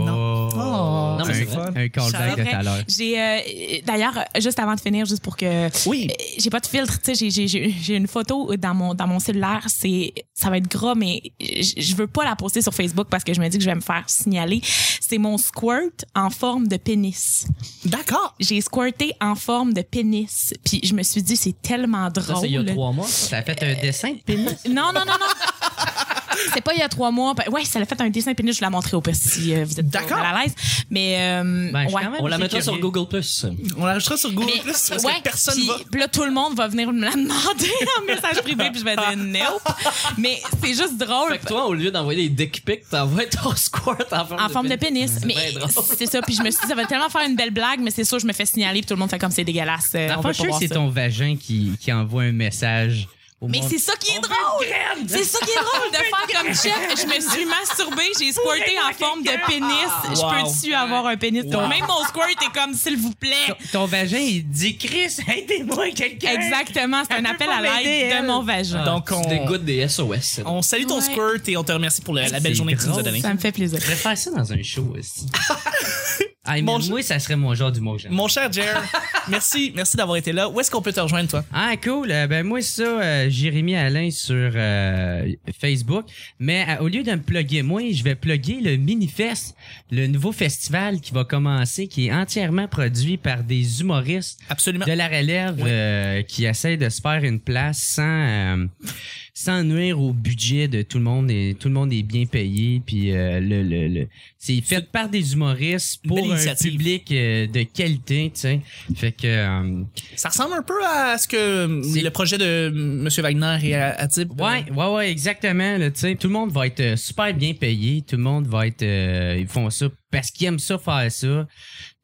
C: Oh.
B: Non, mais c'est vrai.
E: un, un callback de tout à l'heure.
D: J'ai euh, d'ailleurs euh, juste avant de finir, juste pour que
C: Oui.
D: Euh, j'ai pas de filtre, tu sais, j'ai- j'ai- j'ai j'ai une photo dans mon dans mon cellulaire, c'est ça va être gras mais je je veux pas la poster sur Facebook parce que je me dis que je vais me faire signaler. C'est mon squirt en forme de pénis.
C: D'accord.
D: J'ai squirté en forme de pénis, puis je me suis dit c'est tellement drôle.
B: Ça, c'est il y a trois mois.
E: Ça a fait un dessin de pénis. [LAUGHS]
D: Non non non non. [LAUGHS] C'est pas il y a trois mois. Ben, Ouais, ça l'a fait un dessin de pénis. Je vous la montrer au pire si euh, vous êtes
C: D'accord.
D: mal à l'aise. Mais euh,
E: Ben, je suis
D: ouais.
E: quand même
B: On la
E: assez
B: mettra sur
E: curieux.
B: Google Plus.
C: On l'enregistrera sur Google
D: Mais,
C: Plus parce
D: ouais,
C: que personne
D: puis-
C: va.
D: puis là, tout le monde va venir me la demander [LAUGHS] en message privé, puis je
C: [LAUGHS]
D: vais dire nope. Mais c'est juste drôle.
B: Fait que toi, au lieu d'envoyer des dick pics, t'envoies ton [LAUGHS] squirt en forme,
D: En forme de pénis. Mais
B: Ben drôle.
D: c'est ça. Puis je me suis dit, ça va tellement faire une belle blague, mais c'est sûr, je me fais signaler, puis tout le monde fait comme c'est dégueulasse. euh,
E: Dans
D: on
E: le
D: veut
E: fond,
D: pas
E: je suis sûr
D: voir
E: que c'est
D: ça.
E: ton vagin qui, qui envoie un message au
D: Mais
E: monde.
D: c'est ça qui est drôle! C'est ça qui est drôle de faire
E: [LAUGHS]
D: comme chef. Je me suis masturbée, j'ai squirté en forme de
E: Ah,
D: pénis.
C: Wow.
D: Je peux-tu avoir un pénis?
C: Wow.
D: Même mon squirt est comme, s'il vous plaît.
E: Ton- Ton vagin, il dit Chris, aidez-moi quelqu'un.
D: Exactement, c'est un
E: Elle peut
D: appel
E: pas
D: à
E: m'aider,
D: l'aide
E: elle.
D: de mon vagin.
C: Donc, on-
B: Tu dégoûtes des SOS. c'est
C: On salue ton
D: Ouais.
C: squirt et on te remercie pour le- la belle
E: C'est
C: journée que tu nous as
E: drôle.
C: donnée.
D: Ça me fait plaisir.
E: Je vais faire ça dans un show [LAUGHS] aussi. Ah, mais
C: Mon-
E: moi, ça serait mon genre d'humour que j'aime.
C: Mon cher Jer,
D: [LAUGHS]
C: merci, merci d'avoir été là. Où est-ce qu'on peut te rejoindre, toi?
E: Ah, cool. Euh, ben, moi, c'est ça, euh, Jérémy Alain sur euh, Facebook. Mais euh, au lieu de me plugger moi, je vais plugger le Minifest, le nouveau festival qui va commencer, qui est entièrement produit par des humoristes
C: Absolument.
E: de la relève euh, qui essaie de se faire une place sans euh, sans nuire au budget de tout le monde et tout le monde est bien payé puis euh, le, le, le- c'est fait par des humoristes
C: Une belle
E: pour un
C: initiative.
E: public euh, de qualité tu sais fait que euh,
C: Ça ressemble un peu à ce que euh,
E: C'est-
C: le projet de M. Wagner et Atib.
E: Ouais, ouais, ouais, exactement. Là, tu sais, tout le monde va être euh, super bien payé. Tout le monde va être. euh, ils font ça parce qu'ils aiment ça faire ça.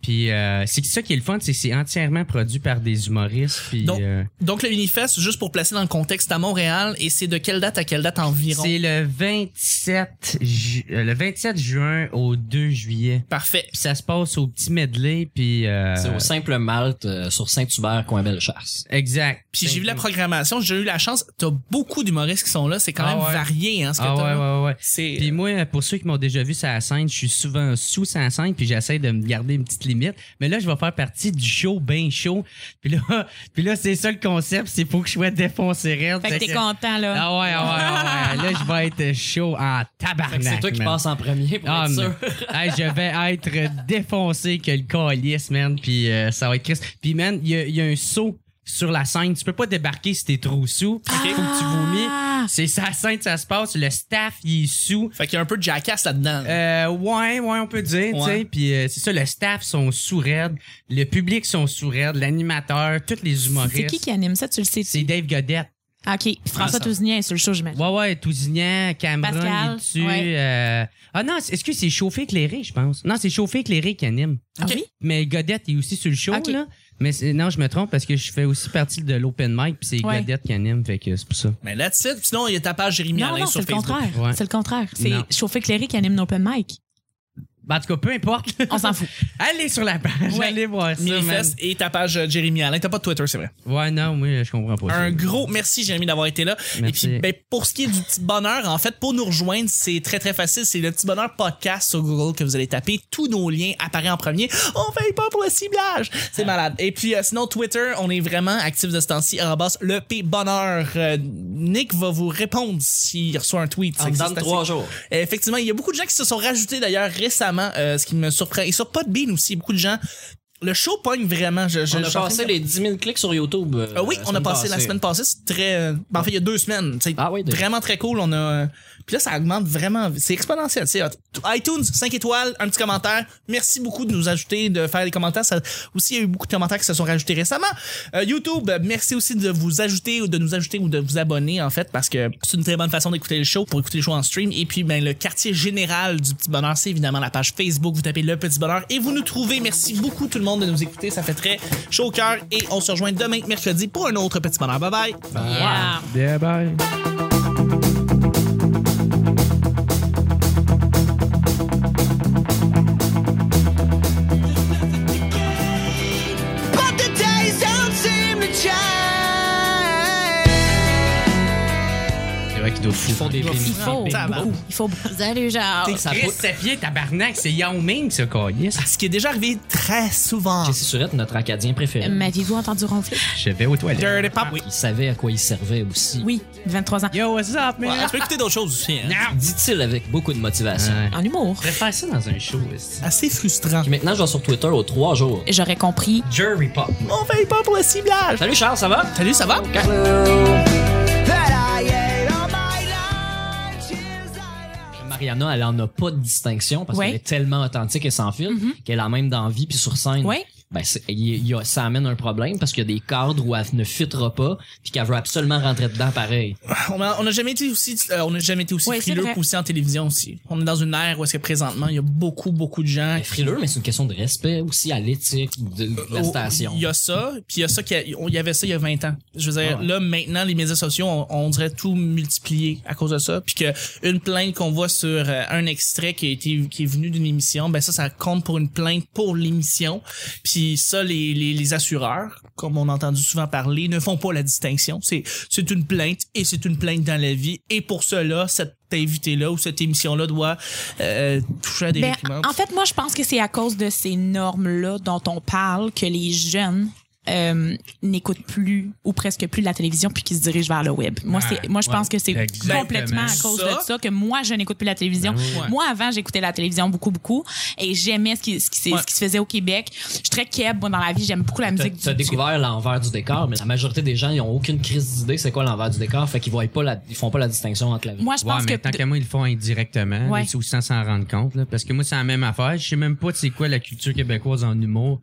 E: Puis euh, c'est ça qui est le fun, c'est que c'est entièrement produit par des humoristes. Puis
C: Donc,
E: euh,
C: Donc, le Unifest, juste pour placer dans le contexte, c'est à Montréal et c'est de quelle date à quelle date environ?
E: c'est le 27 ju- euh, le 27 juin au 2 juillet.
C: Parfait.
E: Puis ça se passe au petit medley. Puis euh,
B: C'est au simple Malte euh, sur Saint-Hubert, coin Bellechasse.
E: exact.
C: Puis j'ai vu la programmation, j'ai eu la chance. T'as beaucoup d'humoristes qui sont là, c'est quand
E: Ah
C: même
E: ouais.
C: varié, hein, ce que
E: Ah
C: t'as
E: ouais,
C: là.
E: ouais, ouais.
C: C'est.
B: euh,
E: Puis moi, pour ceux qui m'ont déjà vu sur la scène, je suis souvent sous sur la scène, puis j'essaie de me garder une petite limite. Mais là, je vais faire partie du show bien chaud. Puis là, [LAUGHS] puis là c'est ça le concept, c'est pour que je sois défoncé raide.
D: Fait que t'es
E: que-
D: content, là.
E: Ah ouais, ah ouais, ah ouais. Là, je vais être chaud en
B: Fait
E: tabarnak.
B: que c'est toi qui
E: man.
B: passes en premier pour
E: Ah,
B: être sûr.
E: mais- Hey, je vais être défoncé que le calice, man. Puis euh, ça va être Chris. Puis, man, il y, a- il y a un saut sur la scène. Tu peux pas débarquer si t'es trop sous.
B: Ah!
E: Faut que tu
D: Ah,
E: vomis. C'est sa scène, ça se passe. Le staff, il est sous.
C: Fait qu'il y a un peu de jackass là-dedans.
E: Euh, ouais, ouais, on peut dire, tu
C: Ouais.
E: sais. Puis euh, c'est ça, le staff sont sourds le public sont sourds l'animateur, tous les humoristes.
D: C'est qui qui anime ça? Tu le sais?
E: C'est Dave Godette.
D: Ah, OK.
C: ça.
D: François Tousignan est sur le show, j'imagine.
E: Ouais, ouais, Tousignan, Cameron,
D: Pascal,
E: il est dessus.
D: ouais.
E: euh, Ah non, est-ce que c'est Chauffé Éclairé, je pense? Non, c'est Chauffé Éclairé qui anime.
D: Ah oui?
E: Mais Godette est aussi sur le show,
D: Ok.
E: là. Mais c'est- non, je me trompe parce que je fais aussi partie de l'open mic, puis c'est
D: Ouais.
E: Godette qui anime, fait que c'est pour ça.
C: Mais that's it. Sinon, il y a ta page Jérémy
D: Non,
C: Alain
D: non, c'est
C: sur
D: le
C: Facebook.
D: contraire.
E: Ouais.
D: C'est le contraire.
E: Non.
D: C'est Chauffé Cléré qui anime l'open mic.
E: Ben, en tout cas, peu importe.
D: On s'en fout.
E: [LAUGHS] allez sur la page,
C: Ouais.
E: allez voir ça, man.
C: Minifest et ta page euh, Jérémy Alain. T'as pas de Twitter, c'est vrai.
E: Ouais, non, moi, je comprends pas. ça.
C: Un gros merci, Jérémy, d'avoir été là.
E: Merci.
C: Et puis, ben, pour ce qui est du petit bonheur, en fait, pour nous rejoindre, c'est très, très facile. C'est le petit bonheur podcast sur Google que vous allez taper. Tous nos liens apparaissent en premier. On veille pas pour le ciblage. C'est malade. Et puis, euh, sinon, Twitter, on est vraiment actif de ce temps-ci. arrobas le P bonheur. Euh, Nick va vous répondre s'il reçoit un tweet.
B: En
C: C'est que
B: dedans
C: c'est
B: de
C: assez-
B: trois jours.
C: euh, Effectivement, il y a beaucoup de gens qui se sont rajoutés d'ailleurs récemment, euh, ce qui me surprend. Et sur Podbean aussi, beaucoup de gens. Le show pogne vraiment. Je, je,
B: On
C: je
B: a
C: suis en train
B: passé
C: de-
B: les 10 000 clics sur YouTube. euh,
C: Ah oui,
B: la
C: on a passé la
B: passée.
C: semaine passée. C'est très. euh, ben, en fait, il y a deux semaines. C'est
B: Ah oui, déjà.
C: vraiment très cool. On a. euh, Puis là, ça augmente vraiment. C'est exponentiel. c'est hot. iTunes, 5 étoiles, un petit commentaire. Merci beaucoup de nous ajouter, de faire des commentaires. Ça, aussi, il y a eu beaucoup de commentaires qui se sont rajoutés récemment. Euh, YouTube, euh, merci aussi de vous ajouter ou de nous ajouter ou de vous abonner, en fait, parce que c'est une très bonne façon d'écouter le show pour écouter le show en stream. Et puis, ben, le quartier général du Petit Bonheur, c'est évidemment la page Facebook. Vous tapez le Petit Bonheur et vous nous trouvez. Merci beaucoup tout le monde de nous écouter. Ça fait très chaud au cœur. Et on se rejoint demain, mercredi, pour un autre Petit Bonheur. Bye bye.
D: Yeah.
E: Yeah, bye.
F: But the days don't seem to change.
E: C'est vrai qu'il doit
B: Ils font
E: foutre.
B: des
D: Il
B: bénis.
D: faut.
C: Ça va.
D: beaucoup. Il faut. beaucoup. Salut, Charles.
B: Ça
E: Chris
B: pousse.
E: Sapien, tabarnak, c'est Yao Ming, ce calice.
C: Ce qui est déjà arrivé très souvent.
B: Jesse Surette, notre Acadien préféré.
D: M'aviez-vous entendu ronfler?
E: Je vais aux toilettes.
C: Dirty Pop. Oui.
B: Il savait à quoi il servait aussi.
D: Oui, 23 ans.
E: Yo, what's up, man?
C: Ouais, tu Ah. peux écouter d'autres choses aussi. hein.
E: Non.
B: Dit-il avec beaucoup de motivation.
E: Ouais.
D: En humour.
E: Je vais faire ça dans un show, aussi.
C: Assez frustrant.
B: Puis maintenant, je vais sur Twitter aux trois jours.
D: J'aurais compris.
E: Jerry Pop.
C: On veille pas pour le ciblage.
B: Salut Charles, ça va?
C: Salut, ça va?
F: That I ate all my lunch years later.
B: Mariana, elle en a pas de distinction parce
D: Ouais. Mm-hmm.
B: qu'elle est tellement authentique et sans fil qu'elle a même dans la vie puis sur scène.
D: Ouais.
B: Ben, c'est- il y a- ça amène un problème parce qu'il y a des cadres où elle ne fitera pas puis qu'elle veut absolument rentrer dedans pareil.
C: On a, on a jamais été aussi, euh, on a jamais été aussi
D: Ouais, c'est
C: frileux
D: vrai.
C: qu'aussi en télévision aussi. On est dans une ère où est-ce que présentement il y a beaucoup beaucoup de gens
B: Elle est frileux, mais c'est une question de respect aussi à l'éthique de, de la
C: Oh,
B: station.
C: Il y a ça, puis il y a ça qui a- il y avait ça il y a 20 ans. Je veux dire
B: Ah ouais.
C: là maintenant les médias sociaux on, on dirait tout multiplié à cause de ça, puis que une plainte qu'on voit sur euh, un extrait qui a été qui est venu d'une émission, ben ça ça compte pour une plainte pour l'émission. Puis ça les, les les assureurs, comme on a entendu souvent parler, ne font pas la distinction. C'est c'est une plainte et c'est une plainte dans la vie et pour cela cette invité là ou cette émission là doit euh, toucher à des
D: Ben,
C: documents.
D: en fait, moi, je pense que c'est à cause de ces normes-là dont on parle que les jeunes euh, n'écoutent plus ou presque plus de la télévision puis qu'ils se dirigent vers le web. Moi,
E: Ouais,
D: c'est, moi je pense que
E: ouais,
D: c'est
E: exactement.
D: complètement à cause
C: Ça-
D: de ça que moi, je n'écoute plus la télévision. Moi, avant, j'écoutais la télévision beaucoup, beaucoup et j'aimais ce qui, ce qui, s'est-
C: Ouais.
D: ce qui se faisait au Québec. Je suis très keb, moi, dans la vie. J'aime beaucoup la
B: T'as
D: musique
B: t'as
D: du, du
B: découvert l'envers du décor, mais la majorité des gens, ils ont aucune crise d'idée c'est quoi l'envers du décor, fait qu'ils voient pas la, ils font pas la distinction entre la vie.
D: Moi, je
E: Ouais,
D: pense
E: mais
D: que.
E: tant qu'à moi, ils le font indirectement,
D: Ouais.
E: ouais. ou sans s'en rendre compte. Là, parce que moi, c'est la même affaire. Je sais même pas c'est quoi la culture québécoise en humour,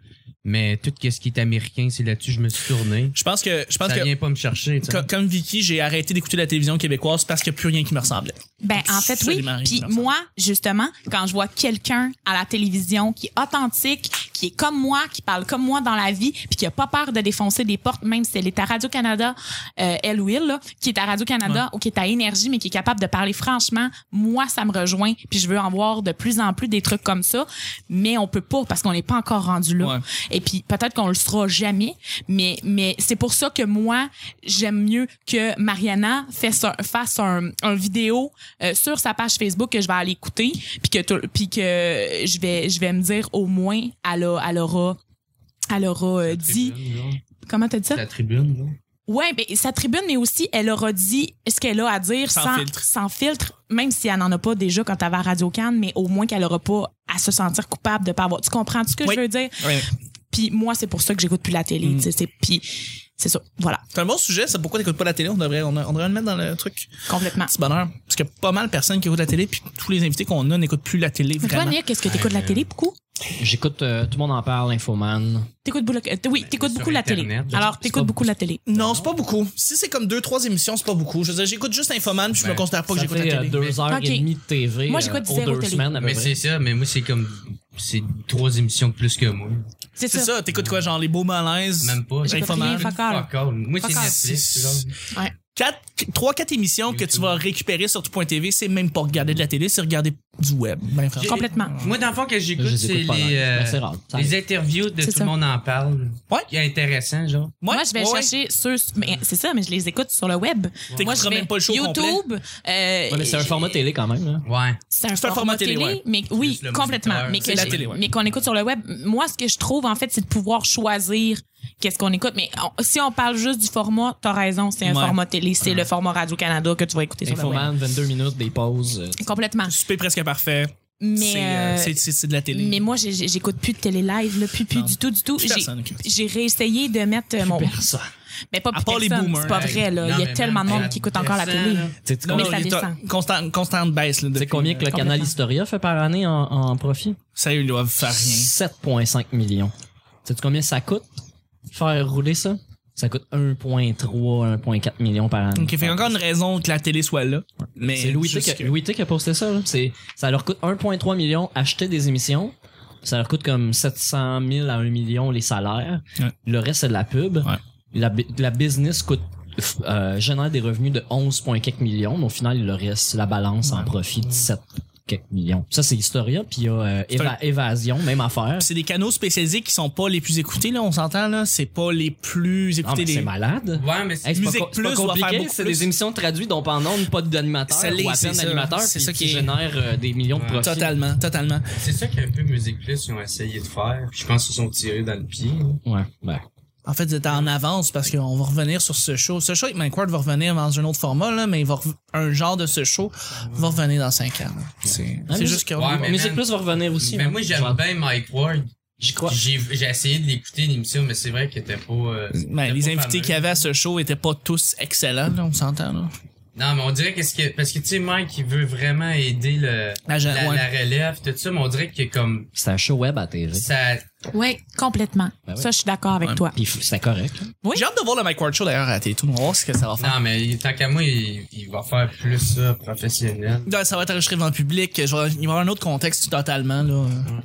E: mais tout ce qui est américain, c'est là-dessus que je me suis tourné.
C: je pense que je pense
E: Ça
C: que
E: vient pas me chercher. tu sais.
C: Co- comme Vicky, j'ai arrêté d'écouter la télévision québécoise parce qu'il n'y a plus rien qui me ressemblait.
D: Ben, en fait, oui.
C: Absolument rien
D: Puis
C: qui me
D: moi, justement, quand je vois quelqu'un à la télévision qui est authentique, qui est comme moi, qui parle comme moi dans la vie, puis qui a pas peur de défoncer des portes, même si elle est à Radio-Canada, euh, elle ou il, là, qui est à Radio-Canada ou qui est à Énergie, mais qui est capable de parler franchement, moi, ça me rejoint, puis je veux en voir de plus en plus des trucs comme ça, mais on peut pas parce qu'on n'est pas encore rendu là.
C: Ouais.
D: Et puis peut-être qu'on le sera jamais, mais mais c'est pour ça que moi j'aime mieux que Mariana fasse un, fasse un, un vidéo euh, sur sa page Facebook que je vais aller écouter, puis que tout- puis que je vais je vais me dire au moins elle, a- elle aura elle aura euh, dit comment t'as dit ça
E: La tribune, là.
D: Ouais, mais sa tribune, mais aussi, elle aura dit ce qu'elle a à dire
C: Sans
D: sans,
C: filtre.
D: sans filtre, même si elle n'en a pas déjà quand elle va à Radio Cannes, mais au moins qu'elle aura pas à se sentir coupable de pas avoir. Tu comprends ce que
C: Oui. Mm.
D: je veux dire?
C: Oui.
D: Puis moi, c'est pour ça que j'écoute plus la télé. tu sais, c'est- Puis c'est ça. Voilà,
C: C'est un bon sujet, c'est pourquoi t'écoutes pas la télé, on devrait, on, on devrait le mettre dans le truc.
D: complètement.
C: C'est bonheur. Parce qu'il y a pas mal de personnes qui écoutent la télé, puis tous les invités qu'on a n'écoutent plus la télé,
D: Mais toi,
C: vraiment. Euh,
D: Nick, est-ce que t'écoutes la télé beaucoup?
B: J'écoute euh, tout le monde en parle, Infoman.
D: T'écoutes beaucoup, la- euh, oui,
C: Ben,
D: t'écoutes
E: sur
D: beaucoup la télé.
E: Internet,
D: Alors,
B: pas
D: t'écoutes beaucoup la télé.
C: Non, c'est pas beaucoup. Si c'est comme deux, trois émissions, c'est pas beaucoup. Je veux dire, j'écoute juste Infoman, puis je me
E: Ben,
C: considère pas que
B: Ça
C: j'écoute
B: fait,
C: la
B: euh,
C: télé.
B: deux heures
D: Ok.
B: et demie de TV.
D: Moi, j'écoute
B: euh, aux
D: zéro
B: deux
D: télé.
B: semaines à peu
E: Mais
B: près.
E: c'est ça, mais moi, c'est comme. C'est trois émissions de plus que moi.
D: C'est
C: C'est
D: ça.
C: ça, t'écoutes quoi, genre les beaux malaises?
E: Même pas.
C: J'ai
D: J'écoute
C: Infoman.
D: rien, fuck all.
E: Fuck all. Moi,
D: Fuck
E: c'est
D: all.
E: Netflix. genre.
D: Ouais.
C: Quatre, trois, quatre émissions que tu
E: YouTube.
C: vas récupérer sur tout.tv, c'est même pas regarder de la télé, c'est regarder du web. Ben, franchement.
D: Complètement.
E: Moi, dans le fond, que
B: Je
E: j'écoute,
B: les
E: c'est
B: écoute pas
E: les,
B: mal.
E: euh,
B: Mais c'est rare. Ça
E: les
B: arrive.
E: interviews de
D: C'est
E: tout
D: ça.
E: le monde en parle.
C: Ouais.
E: Qui est intéressant, genre.
D: Moi, je vais
C: ouais, ouais.
D: chercher ceux. mais C'est ça, mais je les écoute sur le web. Moi, je
C: T'écouteras
D: vais
C: même pas le show
D: YouTube. euh,
B: Ouais, mais c'est un format télé quand même. hein.
E: Ouais.
D: C'est un format, télé,
C: ouais.
D: mais oui,
E: Juste le
D: complètement.
E: moniteur.
D: Mais que
C: C'est la
D: j'ai-
C: télé, ouais.
D: mais qu'on écoute sur le web. Moi, ce que je trouve, en fait, c'est de pouvoir choisir qu'est-ce qu'on écoute. Mais on- si on parle juste du format, t'as raison, c'est un
C: Ouais.
D: format télé, c'est le format Radio-Canada que tu vas écouter sur le web.
B: Infoman, 22 minutes, des pauses. euh,
D: Complètement.
C: Super presque parfait.
D: Mais,
C: C'est,
D: euh,
C: euh, c'est- c'est c'est de la télé.
D: mais moi, j'ai- j'ai- j'écoute plus de télé live, là, plus, plus
C: Non.
D: du tout, du tout.
C: Plus
D: J'ai-
C: personne écoute.
D: J'ai réessayé de mettre euh, mon.
B: Personne.
D: Mais pas
C: À
D: plus
C: part les
D: personne,
C: boomers.
D: c'est pas vrai, là.
E: Non,
D: Il y a
E: mais
D: tellement de
E: même,
D: monde qui écoute encore la
E: intéressant,
D: télé.
E: là.
B: Tu sais, tu
D: Non, mais
B: combien-
D: ça
C: il est en-
D: descend.
C: Constant, constante baisse. Là,
B: tu sais
C: depuis,
B: combien que
C: euh,
B: le canal Historia fait par année en, en profit?
C: Ça, ils doivent faire rien.
B: 7,5 millions. Tu sais combien ça coûte faire rouler ça? Ça coûte 1,3, 1,4 millions par année.
C: Donc, il fait encore une raison que la télé soit là. Mais
B: Hmm. C'est Louis, T
C: juste
B: qui-
C: que-
B: Louis T qui a posté ça. là. C'est- Ça leur coûte 1,3 million acheter des émissions. Ça leur coûte comme 700 000 à 1 million les salaires.
C: Ouais.
B: Le reste, c'est de la pub.
C: Ouais.
B: La, bu- la business coûte f- euh, génère des revenus de 11,4 millions. Mais au final, le reste, la balance en profit, 17 quelques millions. Ça, c'est Historia. Puis il y a euh, Éva-
C: un-
B: Évasion, même affaire.
C: C'est des canaux spécialisés qui sont pas les plus écoutés, là, on s'entend, là. C'est pas les plus
B: Ah, mais
C: écoutés
B: c'est
C: des.
B: malade.
E: Ouais, mais c'est
B: Hey, c'est pas
C: Musique
B: co- c'est pas,
C: Plus doit faire
B: compliqué,
C: beaucoup
B: c'est
C: plus.
B: des émissions traduites dont pas en nombre, pas d'animateur
C: Ça l'est,
B: ou à
C: c'est
B: peine
C: ça.
B: d'animateur,
C: C'est
B: puis
C: ça
B: qui
C: qui est-
B: génère euh, des millions de profits.
C: Totalement, totalement.
E: c'est ça qu'un peu Musique Plus ils ont essayé de faire. Je pense qu'ils se sont tirés dans le pied.
B: Ouais, ben.
C: En fait, vous êtes en avance parce qu'on va revenir sur ce show. Ce show avec Mike Ward va revenir dans un autre format, là, mais il va rev- un genre de ce show va revenir dans 5 ans. là. C'est
B: Ah,
C: c'est
B: mais-
C: juste que.
E: Ouais, mais
B: Musique
E: man-
B: Plus va revenir aussi.
E: Mais
B: hein.
E: Ben, moi, j'aime bien Mike Ward.
B: J'y crois.
E: J'ai j'ai essayé de l'écouter l'émission, mais c'est vrai qu'il était pas. euh,
C: Ben,
E: était
C: les
E: pas
C: invités
E: fameux.
C: qu'il y avait à ce show étaient pas tous excellents, là, on s'entend. là.
E: Non, mais on dirait qu'est-ce que. Parce que tu sais, Mike, il veut vraiment aider le,
C: La
E: la,
C: gen- ouais.
E: la relève, tout ça, mais on dirait que comme
B: C'est un show web à TV.
E: ça.
D: Oui, complètement.
B: Ben oui.
D: Ça, je suis d'accord avec
C: Ouais.
D: toi.
B: Puis f- c'est correct.
C: J'ai hâte de voir le Mike Ward show d'ailleurs à la télé. Tout le monde va voir ce que ça va faire.
E: Non, mais il- tant qu'à moi, il, il va faire plus ça professionnel.
C: Ouais, ça va être enregistré devant le public. Je vais- il va y avoir un autre contexte totalement. Là.